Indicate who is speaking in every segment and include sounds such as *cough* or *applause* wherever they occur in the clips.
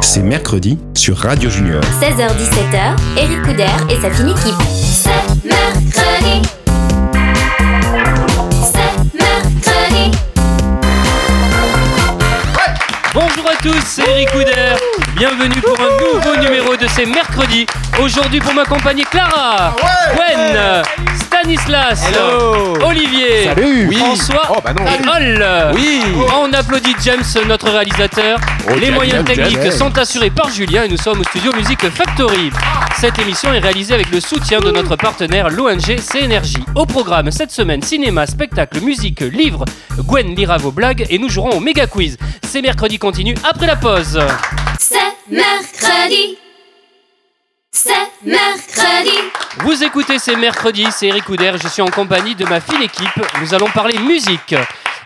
Speaker 1: c'est mercredi sur Radio Junior.
Speaker 2: 16h-17h, Eric Couder et sa fine équipe. C'est mercredi. C'est mercredi.
Speaker 3: Bonjour à tous, c'est Eric Couder. Bienvenue pour un nouveau numéro de ces mercredis. Aujourd'hui pour m'accompagner Clara, Gwen, Stanislas, Olivier,
Speaker 4: Salut.
Speaker 3: François,
Speaker 4: Oh, bah non.
Speaker 3: Hall.
Speaker 4: Oui. Oh,
Speaker 3: On applaudit James, notre réalisateur. Les
Speaker 4: James,
Speaker 3: moyens
Speaker 4: James,
Speaker 3: techniques
Speaker 4: James.
Speaker 3: sont assurés par Julien et nous sommes au studio Music Factory. Cette émission est réalisée avec le soutien de notre partenaire l'ONG CNRJ. Au programme cette semaine, cinéma, spectacle, musique, livre. Gwen lira vos blagues et nous jouerons au méga quiz. C'est mercredi continue après la pause.
Speaker 2: C'est mercredi. C'est mercredi.
Speaker 3: Vous écoutez, c'est mercredi, c'est Eric Couder, je suis en compagnie de ma fine équipe. Nous allons parler musique.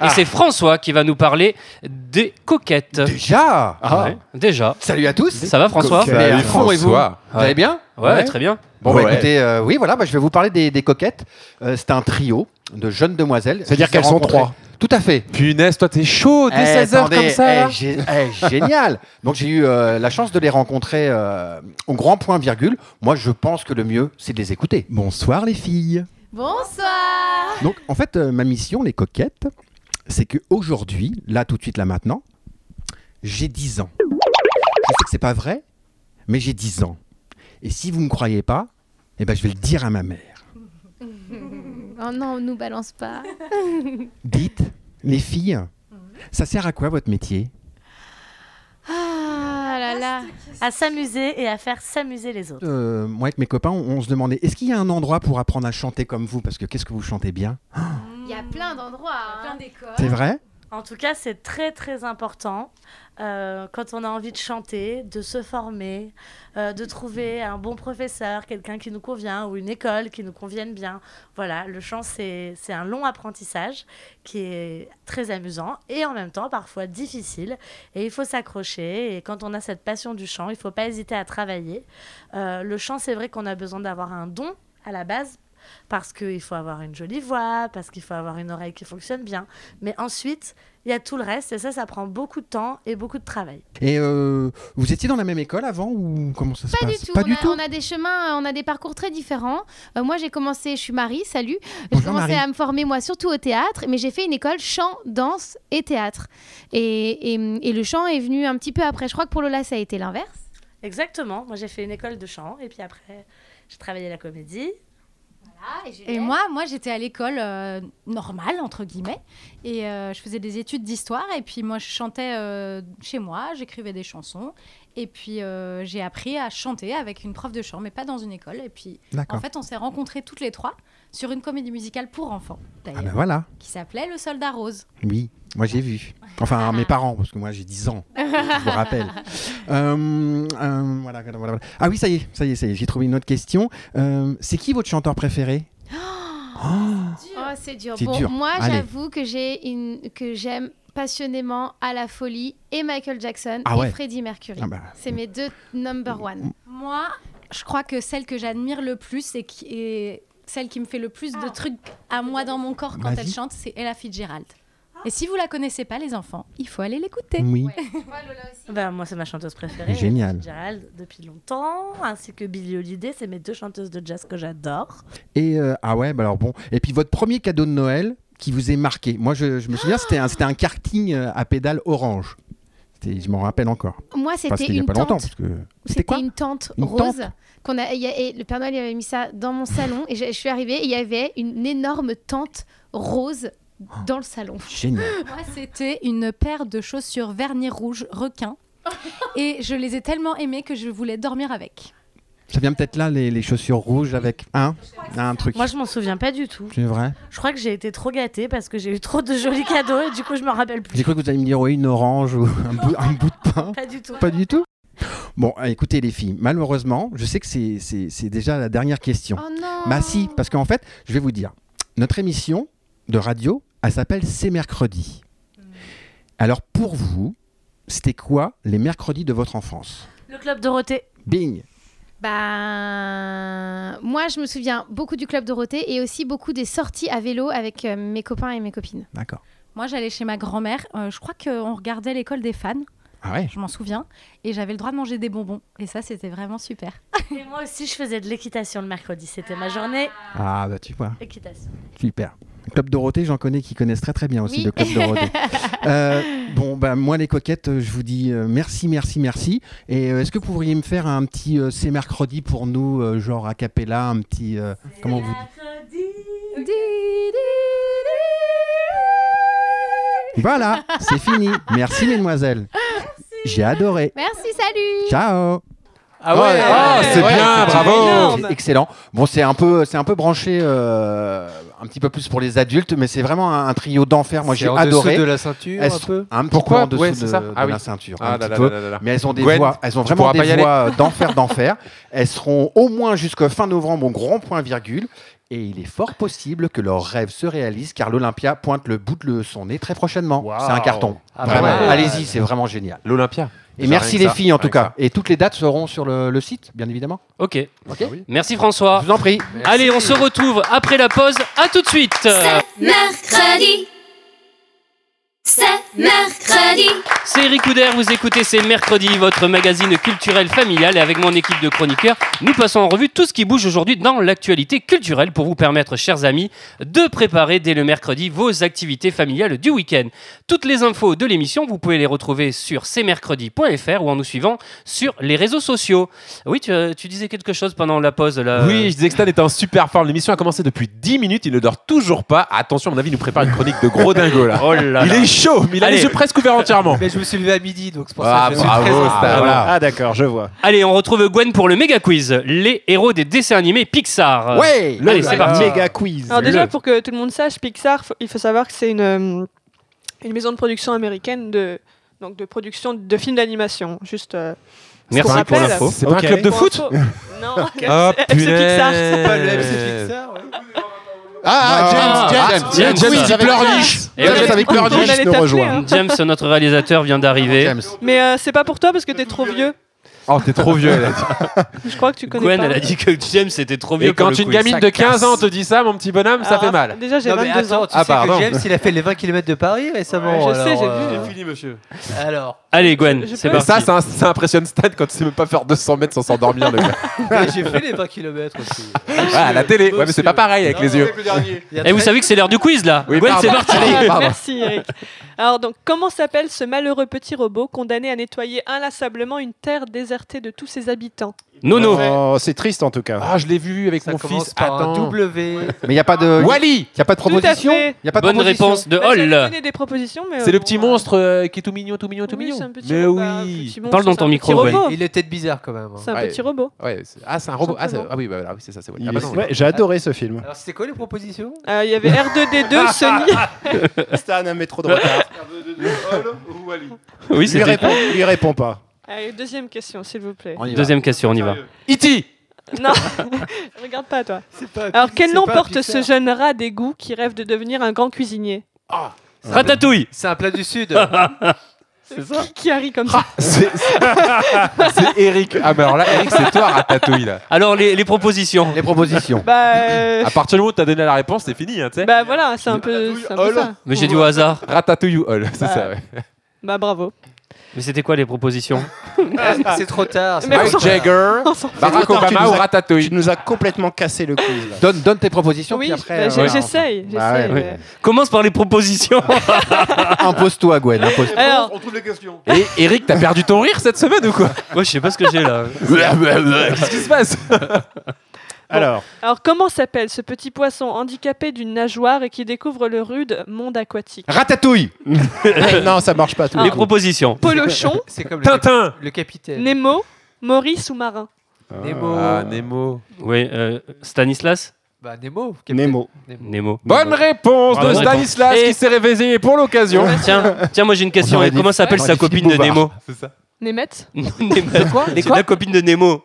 Speaker 4: Ah.
Speaker 3: Et c'est François qui va nous parler des coquettes.
Speaker 4: Déjà
Speaker 3: Ah ouais, déjà.
Speaker 4: Salut à tous
Speaker 3: Ça va François
Speaker 4: Mais à fond, et vous Vous
Speaker 5: François.
Speaker 4: allez bien
Speaker 3: ouais, très bien.
Speaker 4: Bon, bah,
Speaker 5: Ouais.
Speaker 4: écoutez, euh, oui, voilà, bah, je vais vous parler des, des coquettes. Euh, c'est un trio de jeunes demoiselles. qui
Speaker 5: C'est-à-dire
Speaker 4: se
Speaker 5: qu'elles sont
Speaker 4: rencontraient.
Speaker 5: trois.
Speaker 4: Tout à fait.
Speaker 5: Punaise, toi t'es chaud dès
Speaker 4: Eh,
Speaker 5: 16h
Speaker 4: attendez,
Speaker 5: comme ça.
Speaker 4: eh,
Speaker 5: là.
Speaker 4: gé- eh, génial. Donc j'ai eu euh, la chance de les rencontrer euh, au grand point virgule. Moi, je pense que le mieux, c'est de les écouter.
Speaker 6: Bonsoir les filles.
Speaker 7: Bonsoir
Speaker 6: Donc en fait euh, ma mission les coquettes, c'est que aujourd'hui, là tout de suite là maintenant, j'ai 10 ans. Je sais que c'est pas vrai, mais j'ai 10 ans. Et si vous me croyez pas, eh ben je vais le dire à ma mère.
Speaker 7: *laughs* Oh non, on nous balance pas.
Speaker 6: Dites les filles, ça sert à quoi votre métier
Speaker 7: Ah là là
Speaker 8: à s'amuser et à faire s'amuser les autres.
Speaker 6: Euh, Moi avec mes copains, on, on se demandait est-ce qu'il y a un endroit pour apprendre à chanter comme vous parce que qu'est-ce que vous chantez bien
Speaker 7: Il y a plein d'endroits. hein.
Speaker 6: C'est vrai
Speaker 8: En tout cas, c'est très très important euh, quand on a envie de chanter, de se former, euh, de trouver un bon professeur, quelqu'un qui nous convient ou une école qui nous convienne bien. Voilà, le chant, c'est c'est un long apprentissage qui est très amusant et en même temps parfois difficile. Et il faut s'accrocher. Et quand on a cette passion du chant, il ne faut pas hésiter à travailler. Euh, le chant, c'est vrai qu'on a besoin d'avoir un don à la base. Parce qu'il faut avoir une jolie voix, parce qu'il faut avoir une oreille qui fonctionne bien. Mais ensuite, il y a tout le reste, et ça, ça prend beaucoup de temps et beaucoup de travail.
Speaker 6: Et euh, vous étiez dans la même école avant ou comment *laughs* ça se
Speaker 7: Pas du
Speaker 6: passe
Speaker 7: tout. on, a, on a des chemins, euh, on a des parcours très différents. Euh, moi, j'ai commencé, je suis Marie, salut.
Speaker 6: Bonjour,
Speaker 7: j'ai commencé
Speaker 6: Marie.
Speaker 7: à me former, moi, surtout au théâtre, mais j'ai fait une école chant, danse et théâtre. Et, et- et le chant est venu un petit peu après. Je crois que pour Lola, ça a été l'inverse.
Speaker 8: Exactement. Moi, j'ai fait une école de chant, et puis après, j'ai travaillé la comédie.
Speaker 9: Et moi, moi j'étais à l'école euh, normale, entre guillemets, et euh, je faisais des études d'histoire, et puis moi je chantais euh, chez moi, j'écrivais des chansons, et puis euh, j'ai appris à chanter avec une prof de chant, mais pas dans une école. Et puis
Speaker 6: D'accord.
Speaker 9: en fait, on s'est rencontrés toutes les trois sur une comédie musicale pour enfants, d'ailleurs,
Speaker 6: Ah ben voilà.
Speaker 9: qui s'appelait Le Soldat Rose.
Speaker 6: Oui, moi j'ai vu. Enfin, mes parents, parce que moi j'ai 10 ans, je vous rappelle. Euh, euh, voilà, voilà, voilà. Ah oui, ça y est, ça y est, ça y est, j'ai trouvé une autre question. Euh, c'est qui votre chanteur préféré Ah!
Speaker 7: Oh, c'est dur.
Speaker 6: C'est
Speaker 7: Bon,
Speaker 6: dur.
Speaker 7: moi,
Speaker 6: Allez.
Speaker 7: j'avoue que j'ai une que j'aime passionnément à la folie et Michael Jackson
Speaker 6: Ah ouais.
Speaker 7: et Freddie Mercury.
Speaker 6: Ah bah,
Speaker 7: C'est mes deux number one.
Speaker 9: Moi, je crois que celle que j'admire le plus et qui est celle qui me fait le plus
Speaker 7: Ah.
Speaker 9: de trucs à moi dans mon corps quand
Speaker 6: Vas-y.
Speaker 9: elle chante, c'est Ella Fitzgerald. Et si vous la connaissez pas, les enfants, il faut aller l'écouter.
Speaker 6: Oui,
Speaker 8: Ben, moi, c'est ma chanteuse préférée.
Speaker 6: Génial.
Speaker 8: Gérald, depuis longtemps, ainsi que Billie Holiday. C'est mes deux chanteuses de jazz que j'adore.
Speaker 6: Et euh, ah ouais, bah alors bon. Et puis votre premier cadeau de Noël qui vous est marqué. Moi, je, je me souviens, c'était un, c'était un karting euh, à pédale orange. C'était- Je m'en rappelle encore.
Speaker 7: Moi,
Speaker 6: Enfin,
Speaker 7: c'était
Speaker 6: c'était il n'y a
Speaker 7: une
Speaker 6: pas longtemps.
Speaker 7: tente.
Speaker 6: Parce que... C'était
Speaker 7: C'était
Speaker 6: quoi
Speaker 7: une tente
Speaker 6: Une
Speaker 7: rose qu'on a. il y a- et le Père Noël il avait mis ça dans mon salon et je, je suis arrivée et il y avait une énorme tente rose dans le salon.
Speaker 6: Génial.
Speaker 9: *laughs* Moi, c'était une paire de chaussures vernis rouge
Speaker 7: *laughs*
Speaker 9: requin. Et je les ai tellement aimées que je voulais dormir avec.
Speaker 6: Ça vient peut-être là, les, les chaussures rouges avec un, un truc.
Speaker 8: Moi, je m'en souviens pas du tout.
Speaker 6: C'est vrai.
Speaker 8: Je crois que j'ai été trop gâtée parce que j'ai eu trop de jolis cadeaux et du coup, je m'en rappelle plus.
Speaker 6: J'ai cru que vous alliez me dire, oui, une orange ou *laughs* un bout, un bout de pain.
Speaker 8: Pas du tout.
Speaker 6: Pas du tout. Bon, euh, écoutez les filles, malheureusement, je sais que c'est- c'est c'est déjà la dernière question.
Speaker 7: Oh non.
Speaker 6: Bah si, parce qu'en fait, je vais vous dire, notre émission de radio, elle s'appelle C'est mercredi. Alors pour vous, c'était quoi les mercredis de votre enfance
Speaker 8: Le club Dorothée.
Speaker 6: Bing
Speaker 7: Bah, moi, je me souviens beaucoup du club Dorothée et aussi beaucoup des sorties à vélo avec euh, mes copains et mes copines.
Speaker 6: D'accord.
Speaker 9: Moi, j'allais chez ma grand-mère. Euh, je crois qu'on regardait l'école des fans.
Speaker 6: Ah ouais
Speaker 9: je m'en souviens. Et j'avais le droit de manger des bonbons. Et ça, c'était vraiment super.
Speaker 8: Et moi aussi, je faisais de l'équitation le mercredi. C'était ma journée
Speaker 6: Ah bah tu vois,
Speaker 8: équitation.
Speaker 6: super. Club Dorothée, j'en connais qui connaissent très très bien aussi
Speaker 7: Oui.
Speaker 6: le Club Dorothée. Euh, bon, bah, moi les coquettes, euh, je vous dis euh, merci, merci, merci. Et euh, est-ce que vous pourriez me faire un petit euh, C'est mercredi pour nous, euh, genre a cappella, un petit... euh, comment vous
Speaker 8: Mercredi.
Speaker 6: Voilà, c'est fini. Merci mesdemoiselles. J'ai adoré.
Speaker 7: Merci, salut
Speaker 6: Ciao
Speaker 3: Ah ouais,
Speaker 4: Ah,
Speaker 3: ouais,
Speaker 4: c'est
Speaker 3: ouais,
Speaker 4: bien,
Speaker 3: c'était
Speaker 4: bravo.
Speaker 3: énorme.
Speaker 4: C'est Excellent. Bon, c'est un peu, c'est un peu branché, euh, un petit peu plus pour les adultes, mais c'est vraiment un, un trio d'enfer. Moi,
Speaker 5: C'est
Speaker 4: j'ai
Speaker 5: en
Speaker 4: adoré.
Speaker 5: dessous de la ceinture,
Speaker 4: Elles
Speaker 5: un
Speaker 4: sont
Speaker 5: peu.
Speaker 4: un petit
Speaker 5: Pourquoi
Speaker 4: peu en dessous
Speaker 5: Ouais,
Speaker 4: de,
Speaker 5: c'est ça.
Speaker 4: de
Speaker 5: Ah oui.
Speaker 4: la ceinture, un
Speaker 5: Ah
Speaker 4: petit
Speaker 5: là là
Speaker 4: peu.
Speaker 5: là là là.
Speaker 4: Mais elles ont des
Speaker 5: Gwen,
Speaker 4: voix, elles ont
Speaker 5: tu
Speaker 4: vraiment
Speaker 5: pourras pas
Speaker 4: des
Speaker 5: y aller.
Speaker 4: voix euh, d'enfer, d'enfer. Elles seront au moins jusqu'à fin novembre au grand point virgule. Et il est fort possible que leurs rêves se réalisent car l'Olympia pointe le bout de le- son nez très prochainement.
Speaker 5: Waouh.
Speaker 4: C'est un carton.
Speaker 5: Ah,
Speaker 4: Vraiment.
Speaker 5: pas mal.
Speaker 4: Allez-y, c'est vraiment génial.
Speaker 5: L'Olympia.
Speaker 4: bah Et
Speaker 5: Déjà,
Speaker 4: merci
Speaker 5: rien
Speaker 4: les
Speaker 5: que ça,
Speaker 4: filles en
Speaker 5: rien
Speaker 4: tout
Speaker 5: que
Speaker 4: cas.
Speaker 5: ça.
Speaker 4: Et toutes les dates seront sur le, le site, bien évidemment.
Speaker 3: Ok.
Speaker 4: Ok.
Speaker 3: Merci François.
Speaker 4: Je vous en prie.
Speaker 3: Allez, on se retrouve après la pause. À tout de suite.
Speaker 2: mercredi. C'est mercredi.
Speaker 3: C'est Eric Couder, vous écoutez C'est Mercredi, votre magazine culturel familial. Et avec mon équipe de chroniqueurs, nous passons en revue tout ce qui bouge aujourd'hui dans l'actualité culturelle pour vous permettre, chers amis, de préparer dès le mercredi vos activités familiales du week-end. Toutes les infos de l'émission, vous pouvez les retrouver sur cmercredi.fr ou en nous suivant sur les réseaux sociaux. Oui, tu, euh, tu disais quelque chose pendant la pause là.
Speaker 5: Oui, je disais que Stan était en super forme. L'émission a commencé depuis 10 minutes. Il ne dort toujours pas. Attention, à mon avis, il nous prépare une chronique de gros
Speaker 10: *laughs*
Speaker 5: dingo là.
Speaker 3: Oh là
Speaker 5: Il
Speaker 3: là.
Speaker 5: est chaud, mais il a
Speaker 3: Allez.
Speaker 5: les yeux presque ouverts entièrement.
Speaker 10: Mais je me suis levé à midi, donc c'est pour ça
Speaker 5: Ah,
Speaker 10: que je suis
Speaker 5: bravo,
Speaker 10: très
Speaker 5: ah,
Speaker 10: instable.
Speaker 5: voilà.
Speaker 10: Ah, d'accord, je vois.
Speaker 3: Allez, on retrouve Gwen pour le méga quiz, les héros des dessins animés Pixar.
Speaker 4: Ouais.
Speaker 11: Ah
Speaker 3: Allez, c'est parti.
Speaker 10: Méga quiz.
Speaker 11: Alors déjà, pour que tout le monde sache, Pixar, faut- il faut savoir que c'est une, euh, une maison de production américaine de, donc de production de films d'animation. Juste. euh, ce
Speaker 3: Merci
Speaker 11: qu'on
Speaker 3: pour
Speaker 11: rappelle.
Speaker 3: l'info.
Speaker 5: C'est pas un
Speaker 10: Ok.
Speaker 5: club de
Speaker 11: Pour
Speaker 5: foot
Speaker 11: info- Non, *laughs*
Speaker 5: Ah,
Speaker 11: FC Pixar.
Speaker 5: punaise.
Speaker 10: Pas le FC Pixar. ouais.
Speaker 3: Ah,
Speaker 5: Ah,
Speaker 3: James, James,
Speaker 5: James,
Speaker 3: James
Speaker 5: il pleurniche.
Speaker 3: Et ouais.
Speaker 5: James avec
Speaker 11: On
Speaker 5: pleurniche.
Speaker 11: allait
Speaker 5: nous
Speaker 11: t'appeler,
Speaker 5: rejoint.
Speaker 11: hein.
Speaker 3: James, notre réalisateur, vient d'arriver.
Speaker 4: James.
Speaker 11: Mais euh, c'est pas pour toi parce que t'es trop vieux.
Speaker 5: Oh, t'es trop vieux. elle a dit.
Speaker 11: Je crois que tu connais
Speaker 3: Gwen,
Speaker 11: pas.
Speaker 3: elle a dit que James était trop vieux.
Speaker 5: Et quand
Speaker 3: pour le Ah,
Speaker 5: une
Speaker 3: quiz.
Speaker 5: gamine
Speaker 10: ça
Speaker 5: de 15 ans
Speaker 10: casse.
Speaker 5: te dit ça, mon petit bonhomme, ça
Speaker 11: Alors,
Speaker 5: fait mal.
Speaker 11: Déjà, j'ai
Speaker 10: Non, mais
Speaker 11: 22
Speaker 10: attends,
Speaker 11: ans.
Speaker 10: tu
Speaker 5: Ah,
Speaker 10: sais
Speaker 5: pardon.
Speaker 10: que James, il a fait les 20 km de Paris récemment.
Speaker 11: Ouais, je sais,
Speaker 10: alors,
Speaker 11: j'ai
Speaker 10: euh,
Speaker 5: fini, monsieur.
Speaker 10: Alors,
Speaker 3: Allez, Gwen,
Speaker 11: Je- je
Speaker 3: c'est
Speaker 11: peux-
Speaker 5: Et
Speaker 3: parti.
Speaker 5: ça, ça, ça impressionne Stan quand il sait même pas faire 200 mètres sans s'endormir. le gars.
Speaker 10: mais j'ai fait les 20 km aussi.
Speaker 5: *laughs* Ah, à la télé. Ouais, mais c'est pas pareil avec les yeux.
Speaker 10: Il y a
Speaker 3: Et Eh, vous
Speaker 10: très-
Speaker 3: savez que c'est l'heure *laughs* du quiz là.
Speaker 5: Oui,
Speaker 3: Gwen,
Speaker 5: pardon.
Speaker 3: c'est parti.
Speaker 11: Ah,
Speaker 5: Pardon.
Speaker 11: merci Eric. Alors donc, comment s'appelle ce malheureux petit robot condamné à nettoyer inlassablement une terre désertée de tous ses habitants
Speaker 3: Nono.
Speaker 10: Oh, c'est triste en tout cas.
Speaker 5: Ah, je l'ai vu avec
Speaker 10: Ça
Speaker 5: mon
Speaker 10: commence
Speaker 5: fils.
Speaker 10: par un
Speaker 5: Attends. Ah,
Speaker 10: W.
Speaker 4: Mais il n'y a pas de. Il
Speaker 5: Wally
Speaker 4: n'y a pas de
Speaker 11: Tout à
Speaker 4: proposition
Speaker 11: fait.
Speaker 4: Y a pas de
Speaker 3: Bonne
Speaker 4: proposition
Speaker 3: réponse de
Speaker 11: Bah, j'allais
Speaker 3: Hall.
Speaker 11: donner des propositions, mais euh,
Speaker 5: C'est le
Speaker 11: bon,
Speaker 5: petit
Speaker 11: euh,
Speaker 5: monstre euh, qui est tout mignon, tout mignon, tout
Speaker 11: oui,
Speaker 5: mignon.
Speaker 11: c'est un petit
Speaker 5: Mais
Speaker 11: robot, bah, un
Speaker 5: oui.
Speaker 11: petit monstre,
Speaker 3: Parle dans
Speaker 11: c'est
Speaker 3: ton
Speaker 11: un
Speaker 3: micro,
Speaker 11: petit
Speaker 3: Gwen.
Speaker 11: robot.
Speaker 10: Il est peut-être bizarre quand même.
Speaker 11: C'est un
Speaker 5: Ouais.
Speaker 11: petit robot.
Speaker 5: Ouais, c'est- ah, c'est un robot. Ah, c'est-
Speaker 11: Simplement.
Speaker 5: ah oui, bah, voilà, oui, c'est ça, c'est Wally.
Speaker 10: Il
Speaker 5: Ah, bah
Speaker 10: est-
Speaker 5: non,
Speaker 10: ouais,
Speaker 5: non.
Speaker 10: J'ai adoré ce film. Alors, c'était quoi les propositions Ah,
Speaker 11: Euh, Il y avait R2D2, Sony. *laughs*
Speaker 10: Stan, un métro de retard.
Speaker 3: Oui, c'était.
Speaker 10: lui répond pas.
Speaker 11: Allez, deuxième question, s'il vous plaît.
Speaker 4: On y va.
Speaker 3: Deuxième question, on y va. E
Speaker 5: E.T.
Speaker 11: Non, *laughs* regarde pas toi. Alors, quel nom porte ce jeune rat d'égout qui rêve de devenir un grand cuisinier
Speaker 3: Ratatouille.
Speaker 10: C'est un plat du Sud.
Speaker 11: C'est ça Qui arrive comme ça
Speaker 5: C'est *laughs* c'est Eric Hammer. Là, Eric, c'est toi, Ratatouille. Là.
Speaker 3: Alors, les, les propositions.
Speaker 4: Les propositions.
Speaker 11: Bah, euh,
Speaker 5: À partir du moment où t'as donné la réponse, c'est fini, hein, tu sais.
Speaker 11: bah voilà, c'est un peu, c'est un peu ça.
Speaker 3: Mais j'ai dit au hasard.
Speaker 5: Ratatouille ou Hall, c'est ça, ouais.
Speaker 11: Bah bravo.
Speaker 3: Mais c'était quoi les propositions
Speaker 10: C'est trop tard.
Speaker 11: Mais on s'en-
Speaker 5: Mick Jagger,
Speaker 11: on s'en
Speaker 5: Barack Obama ou Ratatouille.
Speaker 10: nous as complètement cassé le quiz.
Speaker 4: Donne, donne tes propositions,
Speaker 11: Oui,
Speaker 4: puis après.
Speaker 11: bah,
Speaker 4: euh,
Speaker 11: j'ai-
Speaker 4: voilà,
Speaker 11: j'essaye.
Speaker 4: Bah
Speaker 11: j'essaye,
Speaker 4: ouais, ouais.
Speaker 11: euh.
Speaker 3: Commence par les propositions.
Speaker 4: on- *laughs* Impose-toi, Gwen. Impose
Speaker 11: Alors,
Speaker 5: Et Eric, t'as perdu ton rire cette semaine ou quoi
Speaker 3: Moi, je sais pas ce que
Speaker 4: *laughs*
Speaker 3: j'ai là.
Speaker 5: Qu'est-ce qui se passe
Speaker 10: Alors,
Speaker 11: alors, comment s'appelle ce petit poisson handicapé d'une nageoire et qui découvre le rude monde aquatique
Speaker 4: Ratatouille
Speaker 10: non, ça marche pas.
Speaker 11: Ah.
Speaker 3: Les propositions. *laughs*
Speaker 11: Polochon,
Speaker 10: C'est comme
Speaker 5: Tintin
Speaker 10: le capitaine.
Speaker 11: Nemo, Maurice ou Marin
Speaker 10: Nemo.
Speaker 5: Ah, Nemo.
Speaker 3: Oui, euh, Stanislas
Speaker 10: Bah, Nemo.
Speaker 6: Nemo.
Speaker 3: Nemo.
Speaker 5: Bonne réponse de
Speaker 3: Bonne réponse.
Speaker 5: Stanislas
Speaker 3: Et-
Speaker 5: qui s'est réveillé pour l'occasion.
Speaker 3: Tiens, tiens, moi j'ai une question.
Speaker 4: On aurait
Speaker 3: Et Comment
Speaker 4: dit-
Speaker 3: s'appelle
Speaker 4: on
Speaker 3: sa
Speaker 4: aurait dit
Speaker 3: copine de
Speaker 4: Philippe
Speaker 3: Nemo
Speaker 5: C'est ça.
Speaker 11: Nemet
Speaker 3: quoi La copine de Nemo.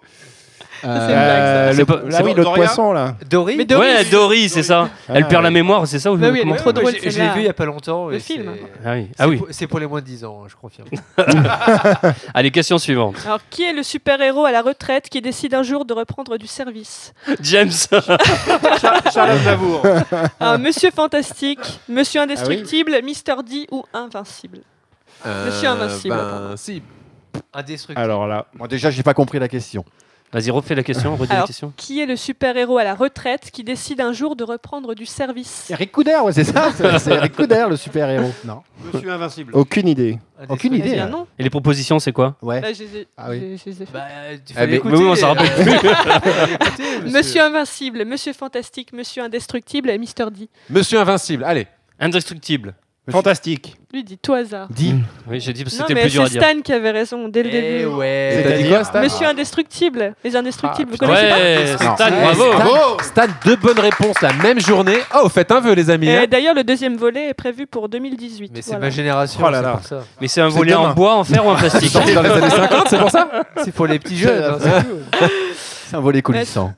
Speaker 3: Ah, euh,
Speaker 11: blague,
Speaker 3: C'est pas- c'est
Speaker 5: oui,
Speaker 3: pas-
Speaker 5: l'autre poisson là.
Speaker 10: Dory.
Speaker 11: Mais Doris,
Speaker 3: Ouais, Dory, c'est ça. Elle perd la mémoire, c'est ça ou
Speaker 11: Bah oui, elle est
Speaker 3: comment-
Speaker 11: trop drôle,
Speaker 10: Je l'ai
Speaker 11: celle-là.
Speaker 10: vu il y a pas longtemps.
Speaker 11: Le
Speaker 10: et c'est-
Speaker 11: film.
Speaker 3: Ah oui.
Speaker 10: c'est
Speaker 3: Ah oui.
Speaker 10: pour- C'est pour les moins de 10 ans, je confirme.
Speaker 3: Allez, question suivante. *laughs*
Speaker 11: Alors, qui est le super-héros à la retraite qui décide un jour de reprendre du
Speaker 3: *laughs*
Speaker 11: service
Speaker 3: James.
Speaker 10: Charlotte
Speaker 3: *laughs*
Speaker 10: Lavour.
Speaker 11: Ah, Monsieur Fantastique,
Speaker 3: Ah Euh,
Speaker 11: Monsieur Indestructible, Mister D ou Invincible Monsieur Invincible,
Speaker 10: Euh,
Speaker 5: Invincible.
Speaker 10: ben, Indestructible.
Speaker 4: Alors là. Moi, déjà, j'ai pas compris la question.
Speaker 3: Vas-y, refais la question, redis
Speaker 11: Alors, qui est le super-héros à la retraite qui décide un jour de reprendre du service
Speaker 4: Eric
Speaker 3: Ah,
Speaker 4: Couder, ouais, c'est ça C'est c'est Eric Couder, le super-héros. Non.
Speaker 10: Je suis invincible.
Speaker 4: Aucune idée. Aucune
Speaker 11: Eh
Speaker 4: idée.
Speaker 11: bien,
Speaker 4: hein.
Speaker 11: non.
Speaker 3: Et les propositions, c'est quoi
Speaker 4: Ouais.
Speaker 11: Là, je les ai-
Speaker 4: Ah oui.
Speaker 11: je- je les ai fait.
Speaker 10: tu
Speaker 3: Ah, mais- mais oui, on s'en rappelle plus.
Speaker 11: Monsieur Invincible, Monsieur Fantastique, Monsieur Indestructible et Mister D.
Speaker 5: Monsieur Invincible, allez.
Speaker 3: Indestructible.
Speaker 5: Fantastique.
Speaker 11: Lui dit tout hasard.
Speaker 4: Dis.
Speaker 3: Hmm. Oui, j'ai dit parce que
Speaker 11: Non,
Speaker 3: c'était
Speaker 11: mais
Speaker 3: plus dur à
Speaker 11: c'est
Speaker 3: dire. Eh
Speaker 11: Stan qui avait raison dès le début.
Speaker 10: ouais.
Speaker 5: Et t'as dit quoi, Stan
Speaker 11: Monsieur Indestructible, les Indestructibles, vous connaissez
Speaker 3: Ah, Ouais,
Speaker 5: Non.
Speaker 3: Stan,
Speaker 5: Eh,
Speaker 3: bravo.
Speaker 5: Stan, Stan, deux bonnes réponses la même journée. Oh, faites un vœu, les
Speaker 11: pas
Speaker 5: amis. hein.
Speaker 11: Et Eh, D'ailleurs, le deuxième volet est prévu pour 2018.
Speaker 10: Mais c'est
Speaker 11: voilà.
Speaker 10: ma génération,
Speaker 5: Oh là
Speaker 10: c'est
Speaker 5: là.
Speaker 10: pour ça.
Speaker 3: Mais c'est un
Speaker 5: C'est
Speaker 3: volet en
Speaker 5: demain.
Speaker 3: bois, en fer ou en plastique
Speaker 5: Sorti dans les années 50, c'est pour ça
Speaker 10: *laughs* C'est pour les petits jeunes. hein, c'est tout.
Speaker 11: *laughs*
Speaker 4: C'est un volet coulissant.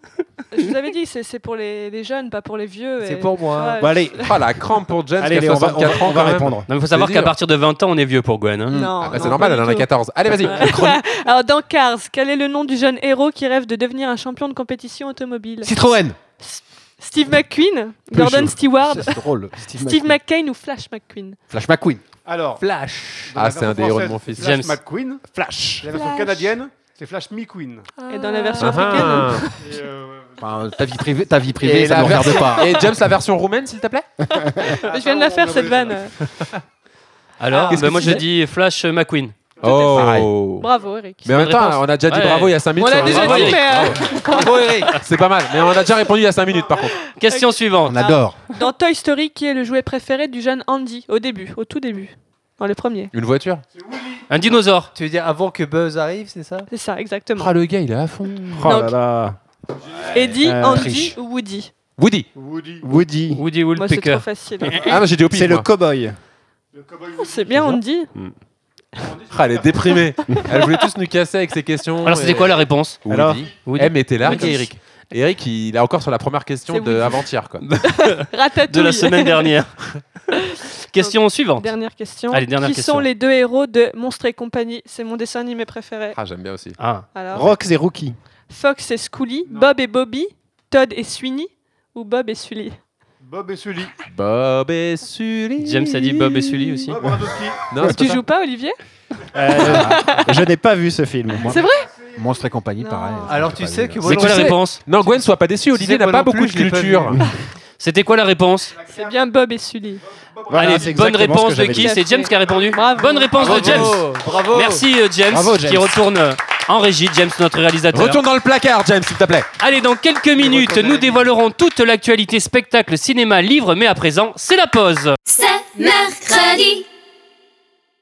Speaker 11: Je vous avais dit, c'est c'est pour les, les jeunes, pas pour les vieux.
Speaker 10: C'est
Speaker 11: et-
Speaker 10: pour moi, hein.
Speaker 11: Ouais,
Speaker 5: Bon, allez. Ah, la crampe pour James
Speaker 4: Allez,
Speaker 5: qui
Speaker 4: Léo,
Speaker 5: a
Speaker 4: on va,
Speaker 5: 64
Speaker 4: on va-
Speaker 5: ans.
Speaker 4: on va
Speaker 5: quand même.
Speaker 4: répondre.
Speaker 3: Non, mais faut savoir
Speaker 5: C'est
Speaker 3: qu'à
Speaker 5: dur.
Speaker 3: partir de 20 ans, on est vieux pour Gwen. hein.
Speaker 11: Non,
Speaker 5: Ah bah, c'est
Speaker 11: non,
Speaker 5: normal,
Speaker 11: pas
Speaker 5: elle en
Speaker 11: du
Speaker 5: a
Speaker 11: tout.
Speaker 5: 14. Allez, vas-y.
Speaker 3: *laughs*
Speaker 11: Ouais. *laughs* Alors, dans Cars, quel est le nom du jeune héros qui rêve de devenir un champion de compétition automobile
Speaker 5: Citroën.
Speaker 11: Steve McQueen, Gordon Stewart,
Speaker 4: C'est drôle. Steve,
Speaker 11: Steve
Speaker 4: McQueen.
Speaker 11: McCain ou Flash McQueen
Speaker 4: Flash McQueen.
Speaker 12: Alors,
Speaker 10: Flash.
Speaker 12: dans
Speaker 5: Ah,
Speaker 12: la
Speaker 5: c'est
Speaker 12: version
Speaker 5: un des héros de
Speaker 12: française,
Speaker 5: mon fils.
Speaker 12: Flash
Speaker 3: James.
Speaker 12: McQueen.
Speaker 5: Flash.
Speaker 12: La version
Speaker 11: Flash.
Speaker 12: canadienne, c'est Flash McQueen.
Speaker 11: Et dans la version
Speaker 5: Ah.
Speaker 11: africaine
Speaker 12: Et, euh,
Speaker 4: Enfin, Bah, ta vie privée, ta vie privée
Speaker 5: Et
Speaker 4: ça
Speaker 5: la
Speaker 4: ne regarde
Speaker 5: version-
Speaker 4: pas.
Speaker 5: Et James, la version roumaine, s'il
Speaker 4: *laughs*
Speaker 5: te plaît
Speaker 11: *laughs* Je viens de la
Speaker 12: attends,
Speaker 11: faire
Speaker 12: on
Speaker 11: cette
Speaker 12: regarde
Speaker 11: vanne.
Speaker 3: *laughs* Alors,
Speaker 5: Qu'est-ce
Speaker 3: bah,
Speaker 5: que
Speaker 3: moi
Speaker 5: tu
Speaker 3: je
Speaker 5: dis
Speaker 3: dis Flash euh, McQueen.
Speaker 5: Oh.
Speaker 11: Bravo, Eric.
Speaker 5: Mais en même temps,
Speaker 3: Bonne réponse.
Speaker 5: on a déjà dit
Speaker 3: Ouais.
Speaker 5: bravo il y a 5
Speaker 11: On
Speaker 5: minutes.
Speaker 11: l'a
Speaker 5: sur-
Speaker 11: déjà
Speaker 5: bravo.
Speaker 11: dit, mais euh,
Speaker 5: *laughs* Bravo, Eric. C'est pas mal, mais on a déjà répondu il y a 5 minutes par contre.
Speaker 3: Question suivante.
Speaker 4: On adore.
Speaker 11: dans Toy Story, qui est le jouet préféré du jeune Andy au début, au tout début, dans les premiers
Speaker 5: Une voiture
Speaker 3: Un dinosaure.
Speaker 10: Tu veux dire avant que Buzz arrive, c'est ça
Speaker 11: C'est ça, exactement.
Speaker 5: Ah, le gars, il est à fond.
Speaker 11: Oh là
Speaker 1: là là.
Speaker 11: Eddie,
Speaker 1: Euh,
Speaker 11: Andy
Speaker 1: triche.
Speaker 11: ou Woody
Speaker 5: Woody.
Speaker 12: Woody,
Speaker 1: Woody.
Speaker 3: Woody
Speaker 11: Moi, c'est trop
Speaker 3: Woodpecker.
Speaker 11: facile.
Speaker 5: Ah, non, j'ai dit au pif,
Speaker 1: C'est le
Speaker 5: moi.
Speaker 1: cowboy.
Speaker 12: le cowboy
Speaker 11: Oh, C'est bien, Andy.
Speaker 5: Ah, elle est déprimée. elle voulait tous nous casser avec ses questions.
Speaker 3: Alors, c'était
Speaker 5: et-
Speaker 3: quoi la réponse
Speaker 5: Woody.
Speaker 1: Alors
Speaker 3: Woody.
Speaker 5: M était là.
Speaker 3: Woody,
Speaker 5: comme-
Speaker 3: Eric.
Speaker 5: Eric, il est encore sur la première question
Speaker 11: C'est
Speaker 5: de
Speaker 11: Woody. *laughs*
Speaker 5: avant-hier. quoi.
Speaker 11: Ratatouille.
Speaker 3: De la
Speaker 11: *laughs*
Speaker 3: semaine dernière. Question suivante.
Speaker 11: Dernière question.
Speaker 3: Allez, dernière
Speaker 11: qui
Speaker 3: question.
Speaker 11: sont les deux héros de Monstres et compagnie C'est mon dessin animé préféré.
Speaker 5: Ah, j'aime bien aussi.
Speaker 3: Ah,
Speaker 11: Alors,
Speaker 1: Rox et Rookie.
Speaker 11: Fox et Scully,
Speaker 12: Non.
Speaker 11: Bob et Bobby, Todd et Sweeney ou Bob et Sully
Speaker 12: Bob et Sully.
Speaker 5: Bob et Sully.
Speaker 3: James a dit Bob et Sully aussi.
Speaker 12: Bob Radowski.
Speaker 5: Non, c'est
Speaker 11: Tu
Speaker 5: pas
Speaker 11: joues pas,
Speaker 3: *laughs*
Speaker 11: Olivier
Speaker 1: Euh, je n'ai pas vu ce film. moi.
Speaker 11: Ah. C'est vrai
Speaker 4: Monstre et compagnie,
Speaker 11: Non.
Speaker 4: pareil.
Speaker 10: Alors
Speaker 4: J'ai
Speaker 10: tu
Speaker 4: pas
Speaker 10: sais
Speaker 4: vu,
Speaker 10: que
Speaker 4: là.
Speaker 10: moi
Speaker 3: C'est quoi la
Speaker 5: sais.
Speaker 3: réponse
Speaker 5: ça. Non, Gwen, sois pas déçue. Olivier
Speaker 10: sais,
Speaker 5: n'a
Speaker 10: moi
Speaker 5: pas
Speaker 10: non plus,
Speaker 5: beaucoup de
Speaker 10: je l'ai pas
Speaker 5: culture.
Speaker 10: vu.
Speaker 3: C'était quoi la réponse
Speaker 11: C'est bien Bob et Sully.
Speaker 1: Voilà,
Speaker 3: Allez,
Speaker 1: c'est
Speaker 3: bonne
Speaker 1: exactement ce
Speaker 3: réponse
Speaker 1: que
Speaker 3: de
Speaker 1: j'avais
Speaker 3: qui
Speaker 1: dit.
Speaker 3: C'est James qui a répondu.
Speaker 11: Bravo.
Speaker 3: Bonne réponse de James.
Speaker 10: Bravo, bravo.
Speaker 3: Merci euh, James,
Speaker 1: Bravo, James.
Speaker 3: qui retourne euh, en régie. James, notre réalisateur.
Speaker 5: Retourne dans le placard, James, s'il te plaît.
Speaker 3: Allez, dans quelques minutes,
Speaker 10: retourne à
Speaker 3: nous
Speaker 10: la vie.
Speaker 3: dévoilerons toute l'actualité spectacle, cinéma, livre, mais à présent, c'est la pause.
Speaker 2: C'est mercredi.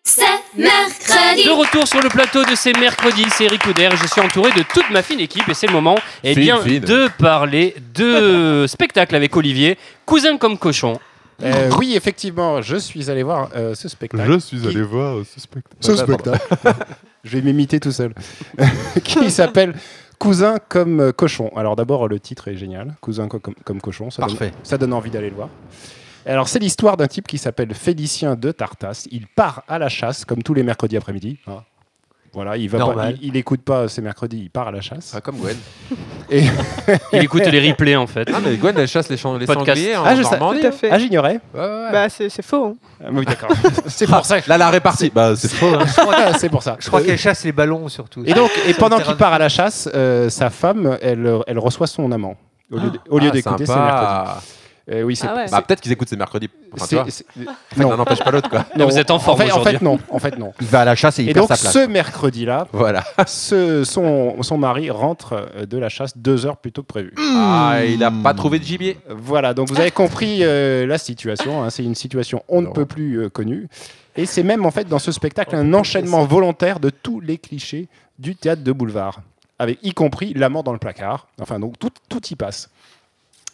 Speaker 2: C'est mercredi.
Speaker 3: De retour sur le plateau de ces mercredis, c'est Eric Couder et je suis entouré de toute ma fine équipe et c'est le moment eh
Speaker 5: Fine,
Speaker 3: bien,
Speaker 5: fine.
Speaker 3: de parler de spectacle avec Olivier, cousin comme cochon.
Speaker 13: Euh, oui, effectivement, je suis allé voir euh, ce spectacle. qui-
Speaker 12: voir euh, ce spectacle.
Speaker 13: ce spectacle. *laughs* je vais m'imiter tout seul. *laughs* qui s'appelle Cousin comme euh, cochon. Alors d'abord, le titre est génial. Cousin co- comme, comme cochon. Ça
Speaker 4: Parfait.
Speaker 13: Donne, ça donne envie d'aller le voir. Alors c'est l'histoire d'un type qui s'appelle Félicien de Tartas. Il part à la chasse comme tous les mercredis après-midi. hein. Voilà, il va pas,
Speaker 10: Normal.
Speaker 13: il, il écoute pas ces mercredis, il part à la chasse.
Speaker 5: Ah, comme Gwen.
Speaker 3: Il écoute les replays
Speaker 13: *laughs*
Speaker 3: en fait.
Speaker 5: Ah, mais Gwen, elle chasse les, chan- les
Speaker 3: Podcast.
Speaker 5: sangliers en
Speaker 13: Ah, je sais-
Speaker 5: Normandie. hein.
Speaker 11: Tout à fait.
Speaker 13: Ah, j'ignorais.
Speaker 5: Ouais, ouais, ouais.
Speaker 11: Bah, c'est c'est faux. hein.
Speaker 13: Ah, oui, d'accord. *laughs* c'est
Speaker 5: Ah,
Speaker 13: pour ça.
Speaker 5: Là, la répartie. Bah, c'est faux. hein.
Speaker 13: que- Ah, c'est pour ça.
Speaker 10: Je crois qu'elle chasse les ballons surtout.
Speaker 13: Et donc, et
Speaker 10: Sur
Speaker 13: pendant
Speaker 10: le terrain
Speaker 13: qu'il
Speaker 10: de
Speaker 13: part à la chasse, euh, sa femme, elle, euh, elle reçoit son amant. Au lieu, d- au lieu
Speaker 5: Ah,
Speaker 13: d'écouter, c'est mercredi.
Speaker 5: sympa.
Speaker 13: Euh, oui, c'est.
Speaker 11: Ah ouais.
Speaker 13: c'est-
Speaker 5: Bah, peut-être qu'ils écoutent ces mercredis. Enfin, tu vois.
Speaker 13: c'est- c'est-
Speaker 5: L'un
Speaker 13: Non,
Speaker 5: n'empêche pas l'autre, quoi.
Speaker 13: non.
Speaker 3: Vous êtes en forme
Speaker 13: fait- en fait,
Speaker 3: aujourd'hui.
Speaker 13: non. En fait, non.
Speaker 4: Il va à la chasse et il
Speaker 13: Et
Speaker 4: perd
Speaker 13: donc,
Speaker 4: sa place.
Speaker 13: ce mercredi-là,
Speaker 5: Voilà.
Speaker 13: *laughs* ce- son, son mari rentre euh, de la chasse deux heures plus tôt que prévu.
Speaker 5: Ah, il a pas trouvé de gibier.
Speaker 13: Voilà, donc vous avez compris euh, la situation. hein. c'est une situation on ne
Speaker 5: Non.
Speaker 13: peut plus euh, connue. Et c'est même, en fait, dans ce spectacle, un enchaînement volontaire de tous les clichés du théâtre de boulevard, avec y compris l'amant dans le placard. Enfin, donc tout, tout y passe.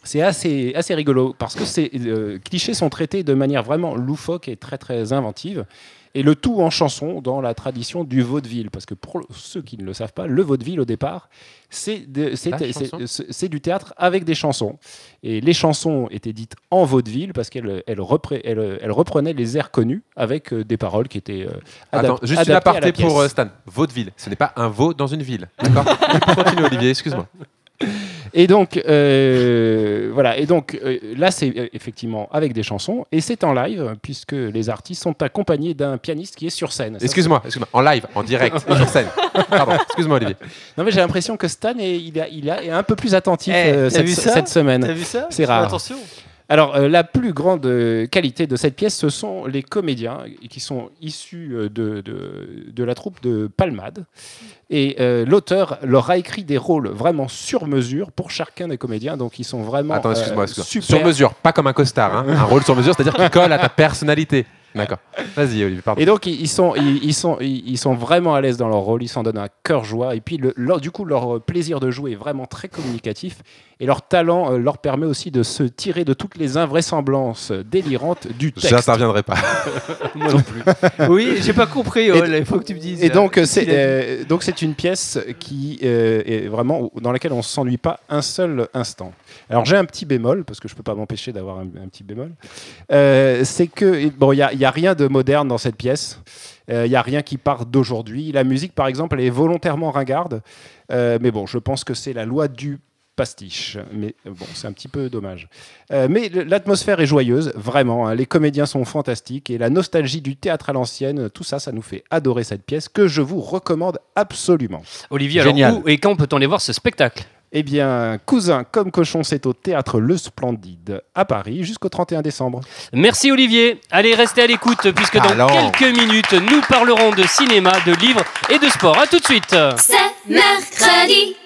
Speaker 13: C'est assez, assez rigolo parce que ces euh, clichés sont traités de manière vraiment loufoque et très très inventive. Et le tout en chanson dans la tradition du vaudeville. Parce que pour ceux qui ne le savent pas, le vaudeville au départ, c'est de- c'est-
Speaker 5: La
Speaker 13: c'est-
Speaker 5: chanson
Speaker 13: c'est- c'est du théâtre avec des chansons. Et les chansons étaient dites en vaudeville parce qu'elles elles repré- elles- elles reprenaient les airs connus avec euh, des paroles qui étaient euh, adap-
Speaker 5: Attends, juste
Speaker 13: adaptées
Speaker 5: une
Speaker 13: à la
Speaker 5: aparté
Speaker 13: pièce.
Speaker 5: pour *laughs* euh, Stan. Vaudeville, ce n'est pas un veau dans une ville. D'accord Continue, Olivier, excuse-moi.
Speaker 13: Et donc, euh, voilà. Et donc, euh, là, c'est euh, effectivement avec des chansons. Et c'est en live, puisque les artistes sont accompagnés d'un pianiste qui est sur scène. Ça, c'est-
Speaker 5: Excuse-moi, excuse-moi, en live, en *laughs* direct, sur scène. Pardon, excuse-moi Olivier.
Speaker 13: Non, mais j'ai l'impression que Stan est, il a- il a- est un peu plus attentif
Speaker 5: Eh,
Speaker 13: euh,
Speaker 5: t'as
Speaker 13: cette,
Speaker 5: vu ça
Speaker 13: cette semaine.
Speaker 5: T'as vu ça
Speaker 13: C'est
Speaker 5: Fais
Speaker 13: rare.
Speaker 5: attention.
Speaker 13: Alors, euh, la plus grande euh, qualité de cette pièce, ce sont les comédiens qui sont issus euh, de, de, de la troupe de Palmade. Et euh, l'auteur leur a écrit des rôles vraiment sur mesure pour chacun des comédiens. Donc, ils sont vraiment.
Speaker 5: Attends,
Speaker 13: euh,
Speaker 5: excuse-moi. excuse-moi.
Speaker 13: super.
Speaker 5: Sur mesure, pas comme un costard. hein. Un rôle sur mesure, c'est-à-dire qui colle à ta personnalité. D'accord. Vas-y, Olivier, pardon.
Speaker 13: Et donc ils ils sont, ils, ils sont, ils, ils sont vraiment à l'aise dans leur rôle, ils s'en donnent un cœur joie. Et puis le- leur- du coup, leur euh, plaisir de jouer est vraiment très communicatif. Et leur talent euh, leur permet aussi de se tirer de toutes les invraisemblances délirantes du texte.
Speaker 10: *laughs*
Speaker 5: J'interviendrai pas.
Speaker 13: Moi non plus.
Speaker 10: Oui, j'ai pas compris, oh,
Speaker 13: Et-
Speaker 10: là, il faut que tu me dises,
Speaker 13: Et donc
Speaker 10: euh,
Speaker 13: euh, c'est
Speaker 10: qu'il a dit.
Speaker 13: euh, donc c'est une pièce qui euh, est vraiment dans laquelle on s'ennuie pas un seul instant. Alors j'ai un petit bémol parce que je peux pas m'empêcher d'avoir un, un petit bémol. Euh, c'est que et- bon, il y a, il y a rien de moderne dans cette pièce. Euh, Il y a rien qui part d'aujourd'hui. La musique, par exemple, elle est volontairement ringarde. Euh, mais bon, je pense que c'est la loi du pastiche. Mais euh, bon, c'est un petit peu dommage. Euh, mais le- l'atmosphère est joyeuse, vraiment. hein. Les comédiens sont fantastiques et la nostalgie du théâtre à l'ancienne, tout ça, ça nous fait adorer cette pièce que je vous recommande absolument.
Speaker 3: Olivier,
Speaker 13: Génial.
Speaker 3: alors où et quand peut-on les voir ce spectacle
Speaker 13: Eh bien, cousin comme cochon, c'est au théâtre Le Splendide à Paris jusqu'au 31 décembre.
Speaker 3: Merci Olivier. Allez, restez à l'écoute puisque dans
Speaker 13: Alors.
Speaker 3: quelques minutes, nous parlerons de cinéma, de livres et de sport. À tout de suite.
Speaker 2: C'est mercredi.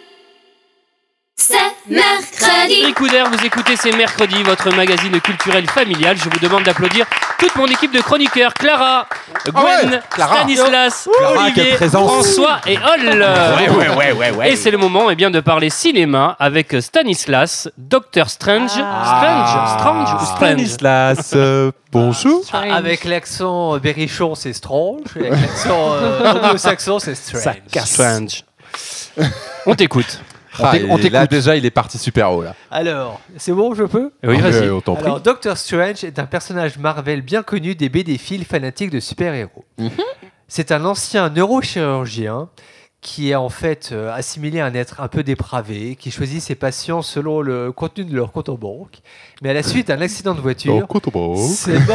Speaker 2: C'est mercredi.
Speaker 3: Les coups d'air, vous écoutez C'est Mercredi, votre magazine culturel familial. Je vous demande d'applaudir toute mon équipe de chroniqueurs Clara,
Speaker 5: Ah ouais,
Speaker 3: Gwen,
Speaker 5: Clara.
Speaker 3: Stanislas,
Speaker 5: Clara,
Speaker 3: Olivier,
Speaker 5: quelle présence.
Speaker 3: François et Ol.
Speaker 5: Ouais, ouais, ouais, ouais, ouais.
Speaker 3: Et c'est le moment eh bien, de parler cinéma avec Stanislas, Docteur Strange, Strange, Strange ou Strange
Speaker 5: Ah. Stanislas, euh, bonjour.
Speaker 10: Ah, Avec l'accent euh, berrichon, c'est strange. et Avec l'accent euh, anglo-saxon, c'est strange.
Speaker 3: Ça casse. Strange. On t'écoute.
Speaker 5: Ah,
Speaker 10: On t'éc- on
Speaker 5: et là
Speaker 10: t'écoute.
Speaker 5: déjà, il est parti super haut là.
Speaker 10: Alors, c'est bon, je peux
Speaker 5: Oui, Ah, vas-y. oui, on t'en prie.
Speaker 10: Alors, Doctor Strange est un personnage Marvel bien connu des BD fils fanatiques de super-héros. C'est un ancien neurochirurgien qui est en fait euh, assimilé à un être un peu dépravé, qui choisit ses patients selon le contenu de leur compte en banque. Mais à la suite d'un accident de voiture,
Speaker 5: Leur compte en banque.
Speaker 10: ses mains-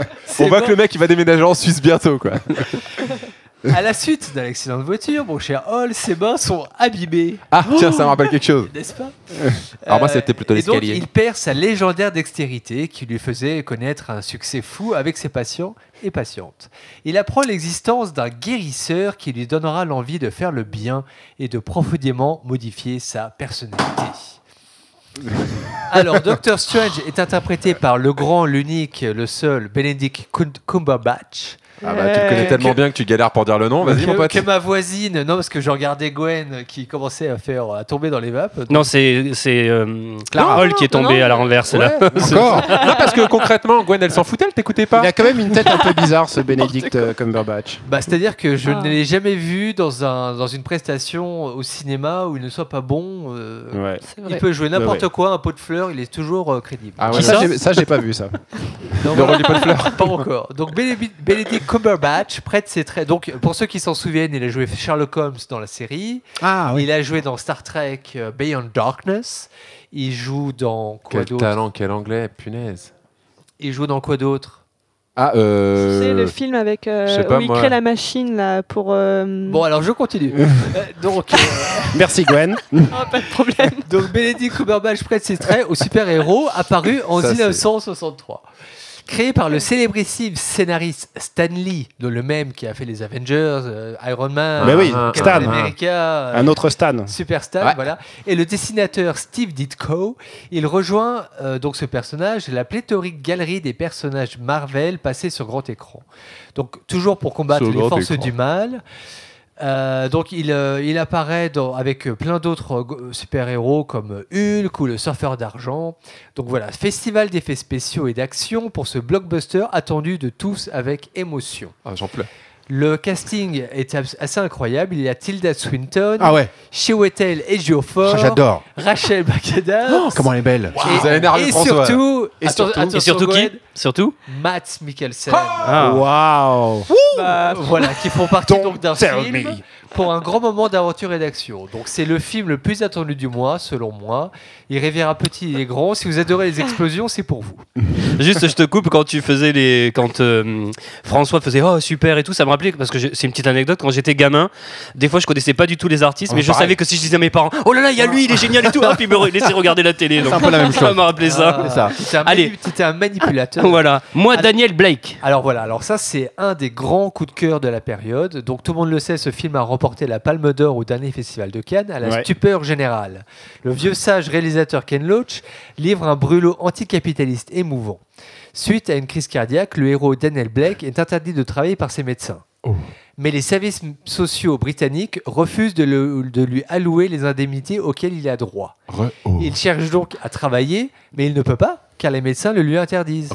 Speaker 5: On
Speaker 10: ses
Speaker 5: voit
Speaker 10: mains-
Speaker 5: que le mec il va déménager en Suisse bientôt quoi.
Speaker 10: à la suite d'un accident de voiture, mon cher Hall, ses mains sont abîmées.
Speaker 5: Ah tiens, ça me rappelle quelque chose.
Speaker 10: N'est-ce pas
Speaker 5: *laughs* Alors moi
Speaker 10: Euh,
Speaker 5: c'était plutôt
Speaker 10: et donc,
Speaker 5: l'escalier.
Speaker 10: il perd sa légendaire dextérité qui lui faisait connaître un succès fou avec ses patients et patientes. Il apprend l'existence d'un guérisseur qui lui donnera l'envie de faire le bien et de profondément modifier sa personnalité.
Speaker 5: *laughs*
Speaker 10: Alors, Doctor Strange est interprété par le grand, l'unique, le seul Benedict Cum- Cumberbatch.
Speaker 5: *laughs*
Speaker 10: Euh,
Speaker 5: Ah bah tu le connais tellement bien que tu galères pour dire le nom. Vas-y
Speaker 10: que,
Speaker 5: mon pote.
Speaker 10: que ma voisine, non parce que je regardais Gwen qui commençait à faire à tomber dans les vapes. donc-
Speaker 3: Non, c'est c'est euh,
Speaker 10: Clara.
Speaker 3: Hall qui est tombé
Speaker 10: Non, non.
Speaker 3: à la renverse là.
Speaker 10: Ouais.
Speaker 5: *laughs*
Speaker 13: Encore
Speaker 5: Non parce que concrètement, Gwen elle s'en foutait, elle t'écoutait pas.
Speaker 13: Il a quand même une tête un peu bizarre,
Speaker 5: *laughs*
Speaker 13: ce Benedict euh, Cumberbatch.
Speaker 10: Bah, c'est-à-dire que je
Speaker 13: Ah.
Speaker 10: ne l'ai jamais vu dans, un, dans une prestation au cinéma où il ne soit pas bon. euh,
Speaker 13: Ouais. C'est
Speaker 10: Il
Speaker 13: vrai.
Speaker 10: peut jouer n'importe
Speaker 13: Ouais, ouais.
Speaker 10: quoi, un pot de fleurs, il est toujours euh, crédible.
Speaker 13: Ah ouais, Ça, j'ai- ça, j'ai pas vu, ça. Le
Speaker 10: Non, voilà.
Speaker 13: rôle du pot de fleurs.
Speaker 10: *laughs* Pas encore. Donc Benedict Benedict Cumberbatch prête ses traits. Donc pour ceux qui s'en souviennent, il a joué Sherlock Holmes dans la série.
Speaker 13: Ah,
Speaker 10: Il a joué dans Star Trek euh, Beyond Darkness. Il joue dans quoi
Speaker 5: Quel
Speaker 10: d'autre
Speaker 5: talent, quel anglais, punaise.
Speaker 10: Il joue dans quoi d'autre
Speaker 5: Ah euh.
Speaker 11: C'est le film avec euh,
Speaker 5: je sais pas,
Speaker 11: où il
Speaker 5: moi.
Speaker 11: crée la machine là pour. euh,
Speaker 10: Bon alors je continue.
Speaker 13: *laughs*
Speaker 10: Euh, donc
Speaker 13: Merci
Speaker 10: *laughs*
Speaker 13: Gwen.
Speaker 10: Oh, pas de problème. Donc Benedict Cumberbatch prête ses traits au super-héros apparu en
Speaker 5: Ça, c'est-
Speaker 10: 1963. Créé par le célébrissime scénariste Stan Lee, dont le même qui a fait les Avengers, euh, Iron Man,
Speaker 13: Mais oui,
Speaker 10: euh,
Speaker 13: Stan.
Speaker 10: Captain America, euh,
Speaker 13: Un autre Stan.
Speaker 10: Super Stan, voilà. Et le dessinateur Steve Ditko, il rejoint euh, donc ce personnage, la pléthorique galerie des personnages Marvel passés sur grand écran. Donc toujours pour combattre
Speaker 5: Sur
Speaker 10: les
Speaker 5: grand
Speaker 10: forces
Speaker 5: écran.
Speaker 10: du mal. Euh, donc il, euh, il apparaît dans- avec euh, plein d'autres euh, go- super-héros comme euh, Hulk ou le surfeur d'argent. Donc voilà, festival d'effets spéciaux et d'action pour ce blockbuster attendu de tous avec émotion.
Speaker 5: Ah j'en pleure.
Speaker 10: Le casting est abs- assez incroyable. Il y a Tilda Swinton,
Speaker 5: Ah ouais.
Speaker 10: Chiwetel et Geoffroy,
Speaker 5: Ah, j'adore.
Speaker 10: Rachel McAdams.
Speaker 6: Comment elle est belle
Speaker 10: et, et surtout,
Speaker 3: Et
Speaker 10: atten-
Speaker 3: surtout-
Speaker 10: attention,
Speaker 3: et surtout qui
Speaker 10: Gwen,
Speaker 3: Surtout
Speaker 10: Matt Mikkelsen.
Speaker 3: Ah.
Speaker 13: Waouh
Speaker 10: Bah, voilà, qui font partie donc d'un
Speaker 13: tell
Speaker 10: film
Speaker 13: me.
Speaker 10: pour un grand moment d'aventure et d'action. Donc c'est le film le plus attendu du mois, selon moi. Il révélera petit et grand. Si vous adorez les explosions, c'est pour vous.
Speaker 3: Juste, je te coupe quand tu faisais les. Quand euh, François faisait Oh, super et tout, ça me rappelait, parce que je- c'est une petite anecdote, quand j'étais gamin, des fois je connaissais pas du tout les artistes,
Speaker 10: Ah,
Speaker 3: mais je
Speaker 10: pareil.
Speaker 3: savais que si je disais à mes parents Oh là là, il y a lui, il est génial et tout, ah, puis ils me re- laissaient regarder la télé.
Speaker 10: C'est
Speaker 3: donc
Speaker 10: un peu la même
Speaker 3: *laughs* Ça
Speaker 10: chose.
Speaker 3: me rappelait ça.
Speaker 10: Ah, c'est un
Speaker 3: Allez,
Speaker 10: manu- C'était un manipulateur.
Speaker 3: Voilà. Moi, Daniel Blake.
Speaker 10: Alors voilà, alors ça, c'est un des grands coups de cœur de la période. Donc tout le monde le sait, ce film a remporté la Palme d'Or au dernier festival de Cannes, à la
Speaker 3: Ouais.
Speaker 10: stupeur générale. Le vieux sage réalisateur Ken Loach livre un brûlot anticapitaliste émouvant. Suite à une crise cardiaque, le héros Daniel Blake est interdit de travailler par ses médecins. Mais les services m- sociaux britanniques refusent de, le- de lui allouer les indemnités auxquelles il a droit. Il cherche donc à travailler, mais il ne peut pas, car les médecins le lui interdisent.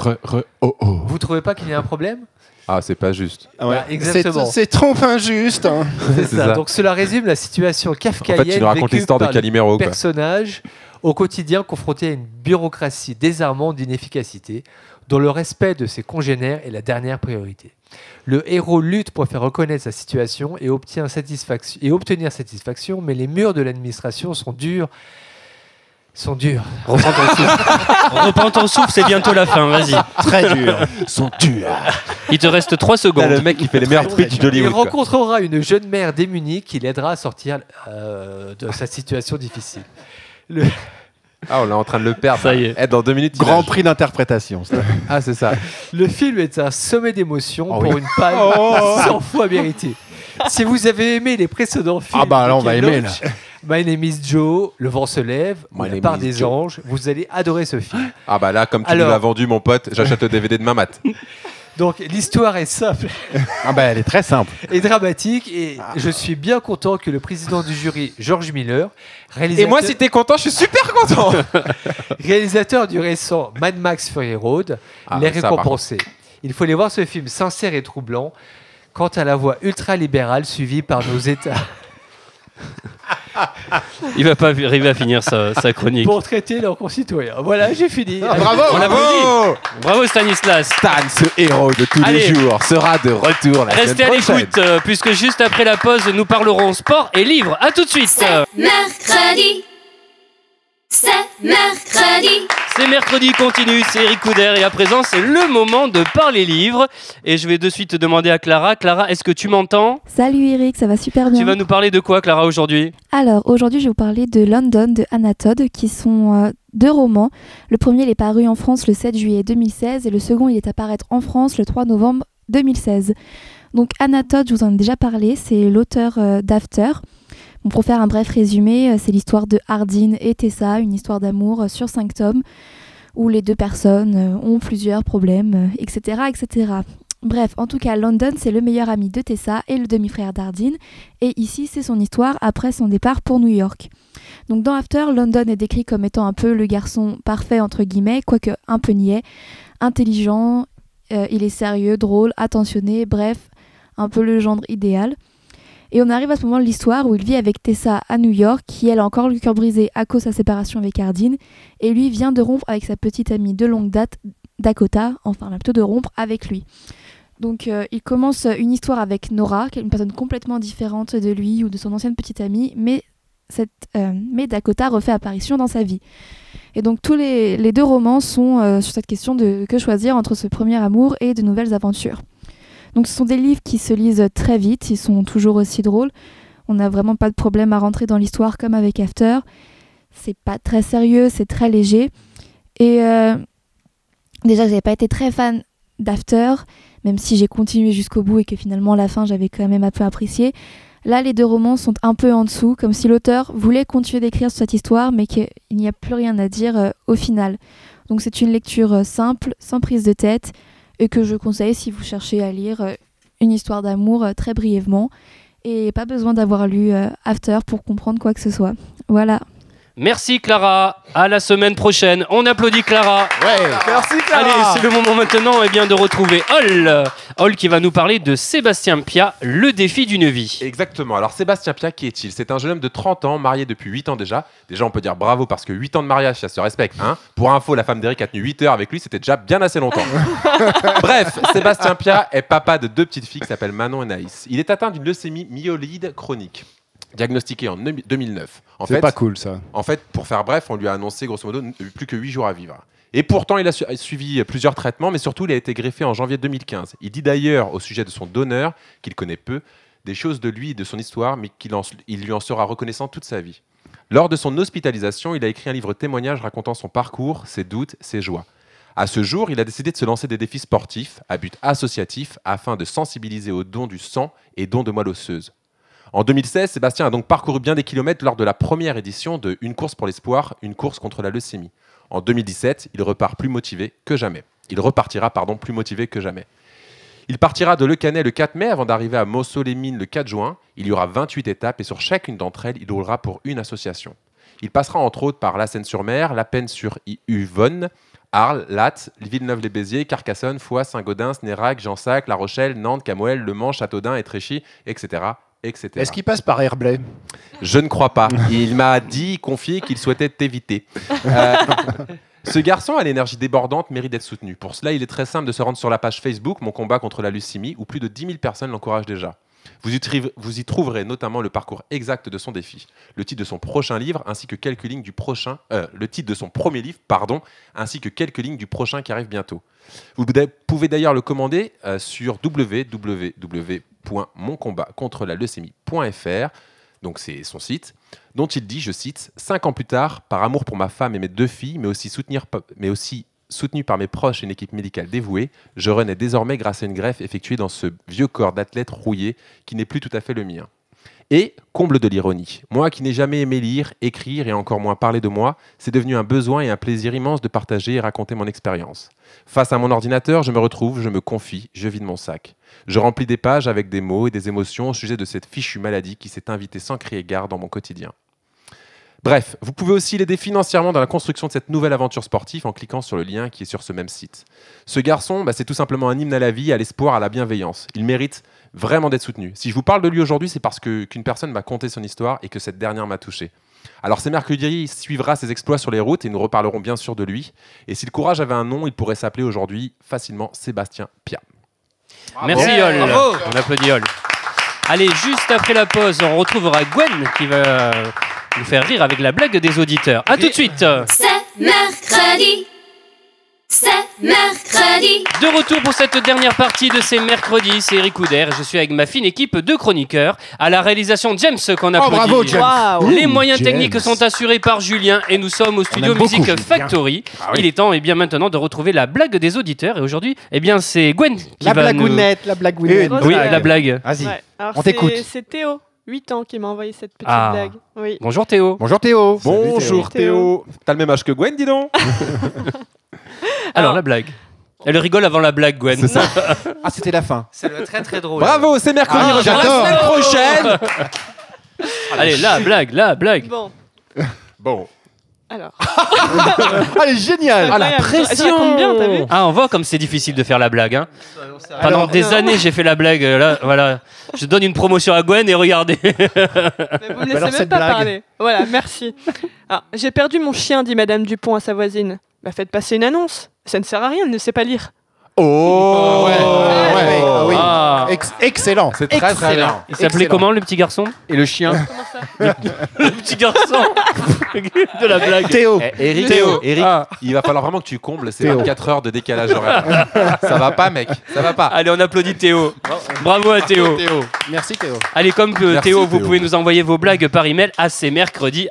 Speaker 10: Vous trouvez pas qu'il y a un problème
Speaker 5: oh, Ah, c'est pas juste.
Speaker 10: Ah ouais. Bah, exactement.
Speaker 13: C'est- C'est trop injuste.
Speaker 5: *laughs*
Speaker 13: hein.
Speaker 10: C'est ça. Donc cela résume la situation kafkaïenne
Speaker 5: En fait, tu nous racontes
Speaker 10: vécue
Speaker 5: l'histoire de
Speaker 10: par le
Speaker 5: Calimero, quoi.
Speaker 10: personnage au quotidien confronté à une bureaucratie désarmante d'inefficacité dont le respect de ses congénères est la dernière priorité. Le héros lutte pour faire reconnaître sa situation et, obtient satisfaction, et obtenir satisfaction, mais les murs de l'administration sont durs. Sont durs.
Speaker 3: Reprends ton souffle.
Speaker 10: *laughs*
Speaker 3: Reprends ton souffle, c'est bientôt la fin, vas-y.
Speaker 10: Très dur.
Speaker 3: Sont durs. Il te reste 3 secondes.
Speaker 5: le mec qui fait les meilleurs pitchs
Speaker 10: Il
Speaker 5: d'Hollywood. quoi.
Speaker 10: rencontrera une jeune mère démunie qui l'aidera à sortir euh, de sa situation difficile. Le-
Speaker 5: Ah, on est en train de le perdre.
Speaker 3: Ça y est.
Speaker 5: Eh, dans deux minutes.
Speaker 10: Grand
Speaker 5: prix d'interprétation. Ah, c'est ça.
Speaker 10: Le film est un sommet d'émotion
Speaker 5: Oh
Speaker 10: pour
Speaker 5: oui.
Speaker 10: une palme
Speaker 5: Oh.
Speaker 10: 100 fois méritée. Si vous avez aimé les précédents films,
Speaker 5: Ah bah, là, on
Speaker 10: de
Speaker 5: va
Speaker 10: Ken
Speaker 5: aimer,
Speaker 10: Loach, My Name is Joe, Le vent se lève, ou La
Speaker 5: Name
Speaker 10: part
Speaker 5: is
Speaker 10: des
Speaker 5: Joe.
Speaker 10: anges, vous allez adorer ce film.
Speaker 5: Ah, bah là, comme tu
Speaker 10: Alors-
Speaker 5: nous l'as vendu, mon pote, j'achète le DVD demain *laughs* mat.
Speaker 10: Donc l'histoire est simple
Speaker 5: *laughs* Ah, bah, elle est très simple. Ah.
Speaker 10: et dramatique et je suis bien content que le président du jury, George Miller, réalisateur...
Speaker 5: Et moi, si t'es content, je suis super content.
Speaker 10: *laughs* réalisateur du récent Mad Max Fury Road,
Speaker 5: Ah,
Speaker 10: les
Speaker 5: ça, par
Speaker 10: récompensés. Il faut aller voir ce film sincère et troublant quant à la voie ultra-libérale suivie par nos États
Speaker 3: Il va pas arriver à finir sa, sa chronique.
Speaker 10: pour traiter leurs concitoyens. Voilà, j'ai fini.
Speaker 5: Ah,
Speaker 3: On l'applaudit. Bravo Stanislas
Speaker 5: Stan, ce héros de tous
Speaker 3: Allez.
Speaker 5: les jours, sera de retour la
Speaker 3: Restez à
Speaker 5: semaine prochaine.
Speaker 3: l'écoute, euh, puisque juste après la pause, nous parlerons sport et livres. À tout de suite
Speaker 2: Mercredi. C'est mercredi.
Speaker 3: C'est mercredi continue, c'est Eric Couder et à présent c'est le moment de parler livres. Et je vais de suite demander à Clara. Clara, est-ce que tu m'entends
Speaker 14: Salut Eric, ça va super bien.
Speaker 3: Tu vas nous parler de quoi Clara aujourd'hui
Speaker 14: Alors aujourd'hui, je vais vous parler de London de Anna Todd, qui sont euh, deux romans. Le premier, il est paru en France le 7 juillet 2016 et le second, il est à paraître en France le 3 novembre 2016. Donc Anna Todd, je vous en ai déjà parlé, c'est l'auteur euh, d'After. Bon, pour faire un bref résumé, euh, c'est l'histoire de Hardin et Tessa, une histoire d'amour euh, sur cinq tomes où les deux personnes euh, ont plusieurs problèmes, euh, etc., etc. Bref, en tout cas, London, c'est le meilleur ami de Tessa et le demi-frère d'Ardine, et ici, c'est son histoire après son départ pour New York. Donc dans After, London est décrit comme étant un peu le garçon parfait, entre guillemets, quoique un peu niais, intelligent, euh, il est sérieux, drôle, attentionné, bref, un peu le gendre idéal. Et on arrive à ce moment de l'histoire où il vit avec Tessa à New York, qui elle a encore le cœur brisé à cause de sa séparation avec Hardin, et lui vient de rompre avec sa petite amie de longue date, Dakota, enfin elle a plutôt de rompre avec lui. Donc euh, il commence une histoire avec Nora, qui est une personne complètement différente de lui ou de son ancienne petite amie, mais, cette, euh, mais Dakota refait apparition dans sa vie. Et donc tous les, les deux romans sont euh, sur cette question de que choisir entre ce premier amour et de nouvelles aventures. Donc ce sont des livres qui se lisent très vite, ils sont toujours aussi drôles. On n'a vraiment pas de problème à rentrer dans l'histoire comme avec After. C'est pas très sérieux, c'est très léger. Et euh, déjà, j'avais pas été très fan d'After, même si j'ai continué jusqu'au bout et que finalement la fin j'avais quand même un peu apprécié. Là, les deux romans sont un peu en dessous, comme si l'auteur voulait continuer d'écrire sur cette histoire, mais qu'il n'y a plus rien à dire euh, au final. Donc c'est une lecture euh, simple, sans prise de tête, et que je conseille si vous cherchez à lire euh, une histoire d'amour euh, très brièvement. Et pas besoin d'avoir lu euh, After pour comprendre quoi que ce soit. Voilà.
Speaker 3: Merci Clara, à la semaine prochaine. On applaudit Clara.
Speaker 5: Merci
Speaker 3: Allez, c'est le moment maintenant eh bien, de retrouver Hall. Hall qui va nous parler de Sébastien Pia, le défi d'une vie.
Speaker 5: Exactement. Alors Sébastien Pia, qui est-il C'est un jeune homme de 30 ans, marié depuis 8 ans déjà. Déjà, on peut dire bravo parce que 8 ans de mariage, ça se respecte. Hein Pour info, la femme d'Eric a tenu 8 heures avec lui, c'était déjà bien assez
Speaker 3: *laughs*
Speaker 5: longtemps. Bref, Sébastien Pia est papa de deux petites filles qui s'appellent Manon et Naïs. Il est atteint d'une leucémie myolide chronique. Diagnostiqué en 2009. En
Speaker 13: C'est
Speaker 5: fait-
Speaker 13: pas cool, ça.
Speaker 5: en fait, pour faire bref, on lui a annoncé grosso modo n- plus que 8 jours à vivre. Et pourtant, il a su- a suivi plusieurs traitements, mais surtout, il a été greffé en janvier 2015. Il dit d'ailleurs au sujet de son donneur, qu'il connaît peu, des choses de lui et de son histoire, mais qu'il en- il lui en sera reconnaissant toute sa vie. Lors de son hospitalisation, il a écrit un livre témoignage racontant son parcours, ses doutes, ses joies. À ce jour, il a décidé de se lancer des défis sportifs à but associatif afin de sensibiliser aux dons du sang et dons de moelle osseuse. En 2016, Sébastien a donc parcouru bien des kilomètres lors de la première édition de Une course pour l'espoir, une course contre la leucémie. En 2017, il repart plus motivé que jamais. Il repartira pardon, plus motivé que jamais. Il partira de Le Canet le 4 mai avant d'arriver à Mossolémine le 4 juin. Il y aura 28 étapes et sur chacune d'entre elles, il roulera pour une association. Il passera entre autres par La Seine-sur-Mer, La Peine-sur-Yvonne, Arles, Latte, Villeneuve-les-Béziers, Carcassonne, Foix, Saint-Gaudens, Nérac, Jansac, La Rochelle, Nantes, Camoël, Le Mans, Châteaudun et Tréchy, etc. etc.
Speaker 13: Est-ce qu'il passe par Herblay
Speaker 5: Je ne crois pas. Il m'a dit, confié qu'il souhaitait t'éviter. Euh, ce garçon à l'énergie débordante mérite d'être soutenu. Pour cela, il est très simple de se rendre sur la page Facebook Mon combat contre la leucémie, où plus de 10 000 personnes l'encouragent déjà. Vous y, triv- vous y trouverez notamment le parcours exact de son défi, le titre de son prochain livre, ainsi que quelques lignes du prochain, euh, le titre de son premier livre, pardon, ainsi que quelques lignes du prochain qui arrive bientôt. Vous pouvez- pouvez d'ailleurs le commander euh, sur www.moncombatcontrelaleuscémie.fr donc c'est son site, dont il dit, je cite, Cinq ans plus tard, par amour pour ma femme et mes deux filles, mais aussi, soutenir, mais aussi soutenu par mes proches et une équipe médicale dévouée, je renais désormais grâce à une greffe effectuée dans ce vieux corps d'athlète rouillé qui n'est plus tout à fait le mien. Et, comble de l'ironie, moi qui n'ai jamais aimé lire, écrire et encore moins parler de moi, c'est devenu un besoin et un plaisir immense de partager et raconter mon expérience. Face à mon ordinateur, je me retrouve, je me confie, je vide mon sac. Je remplis des pages avec des mots et des émotions au sujet de cette fichue maladie qui s'est invitée sans crier gare dans mon quotidien. Bref, vous pouvez aussi l'aider financièrement dans la construction de cette nouvelle aventure sportive en cliquant sur le lien qui est sur ce même site. Ce garçon, bah, c'est tout simplement un hymne à la vie, à l'espoir, à la bienveillance. Il mérite vraiment d'être soutenu. Si je vous parle de lui aujourd'hui, c'est parce que- qu'une personne m'a conté son histoire et que cette dernière m'a touché. Alors c'est mercredi, il suivra ses exploits sur les routes et nous reparlerons bien sûr de lui. Et si le courage avait un nom, il pourrait s'appeler aujourd'hui facilement Sébastien Pia.
Speaker 3: Merci
Speaker 5: Yeah.
Speaker 3: Yol.
Speaker 5: Bravo.
Speaker 3: On applaudit Yol. Allez, juste après la pause, on retrouvera Gwen qui va euh, nous faire rire avec la blague des auditeurs. À tout de suite.
Speaker 2: C'est mercredi. C'est mercredi.
Speaker 3: De retour pour cette dernière partie de ces mercredis, c'est Eric Couder. Je suis avec ma fine équipe de chroniqueurs. À la réalisation, James qu'on applaudit.
Speaker 1: Oh, bravo, James. Waouh.
Speaker 3: Les
Speaker 1: Ouh,
Speaker 3: moyens
Speaker 1: James.
Speaker 3: techniques sont assurés par Julien et nous sommes au studio
Speaker 1: aime beaucoup
Speaker 3: Music
Speaker 1: Julien.
Speaker 3: Factory.
Speaker 1: Ah oui.
Speaker 3: Il est temps et bien maintenant de retrouver la blague des auditeurs et aujourd'hui, eh bien c'est Gwen qui
Speaker 1: La
Speaker 3: va nous...
Speaker 1: blagounette, la blagounette.
Speaker 3: Oui, la blague.
Speaker 11: Ouais. Alors,
Speaker 3: On
Speaker 11: c'est-
Speaker 3: t'écoute.
Speaker 11: C'est Théo, 8 ans, qui m'a envoyé cette petite
Speaker 5: Ah.
Speaker 11: blague. Oui.
Speaker 3: Bonjour Théo.
Speaker 5: Bonjour Théo.
Speaker 11: Salut, Théo.
Speaker 5: Bonjour Théo. T'as le même âge que Gwen, dis donc.
Speaker 3: Alors la blague. Elle rigole avant la blague, Gwen. *laughs*
Speaker 4: Ah, c'était la fin.
Speaker 10: Ça doit être très très drôle.
Speaker 5: Bravo, c'est mercredi.
Speaker 10: Ah,
Speaker 5: rejoins
Speaker 10: j'adore.
Speaker 5: La semaine prochaine.
Speaker 3: *laughs* Allez, la blague, la blague.
Speaker 11: Bon,
Speaker 5: Bon.
Speaker 11: alors.
Speaker 3: Elle est géniale.
Speaker 11: Ah, la Incroyable. pression. Elle raconte bien, t'as vu
Speaker 3: Ah, on voit comme c'est difficile de faire la blague. hein. Pendant
Speaker 11: Alors,
Speaker 3: des
Speaker 11: non.
Speaker 3: années, j'ai fait la blague. euh, Là, voilà. Je donne une promotion à Gwen et regardez.
Speaker 11: *laughs* Vous me laissez même pas parler. Voilà, merci. Ah, J'ai perdu mon chien, dit Madame Dupont à sa voisine. Bah, faites passer une annonce. Ça ne sert à rien, elle ne sait pas lire.
Speaker 5: Oh
Speaker 13: ouais, ouais, ah oui.
Speaker 3: Ah.
Speaker 13: Ex- excellent.
Speaker 5: C'est
Speaker 3: très, très Excellent. bien. Il s'appelait comment, le petit garçon
Speaker 4: Et le chien
Speaker 3: Le petit garçon *laughs* de la blague.
Speaker 5: Eh, Eric,
Speaker 3: Théo.
Speaker 5: Eric,
Speaker 3: Ah.
Speaker 5: il va falloir vraiment que tu combles ces
Speaker 3: Théo.
Speaker 5: 24 heures de décalage horaire. ça va pas, mec. Ça va pas.
Speaker 3: Allez, on applaudit Théo. Bravo à Théo.
Speaker 13: Merci Théo.
Speaker 3: Allez, comme euh,
Speaker 13: Merci,
Speaker 3: Théo, vous
Speaker 13: Théo.
Speaker 3: pouvez nous envoyer vos blagues par email à cmercredi.fr.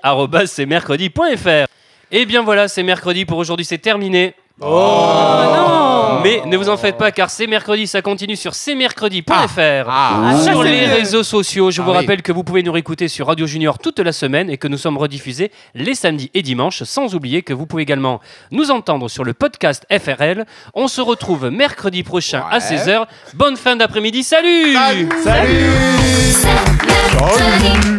Speaker 3: Et Eh bien voilà, c'est mercredi pour aujourd'hui, c'est terminé. Ah Mais ne vous en faites pas car c'est mercredi, ça continue sur cmercredi.fr.
Speaker 5: Ah, ça,
Speaker 3: sur
Speaker 5: c'est
Speaker 3: les
Speaker 5: mieux.
Speaker 3: réseaux sociaux, je
Speaker 5: Ah
Speaker 3: vous
Speaker 5: oui.
Speaker 3: rappelle que vous pouvez nous réécouter sur Radio Junior toute la semaine et que nous sommes rediffusés les samedis et dimanches, sans oublier que vous pouvez également nous entendre sur le podcast FRL. On se retrouve mercredi prochain à 16h. Bonne fin d'après-midi, salut
Speaker 2: C'est mercredi.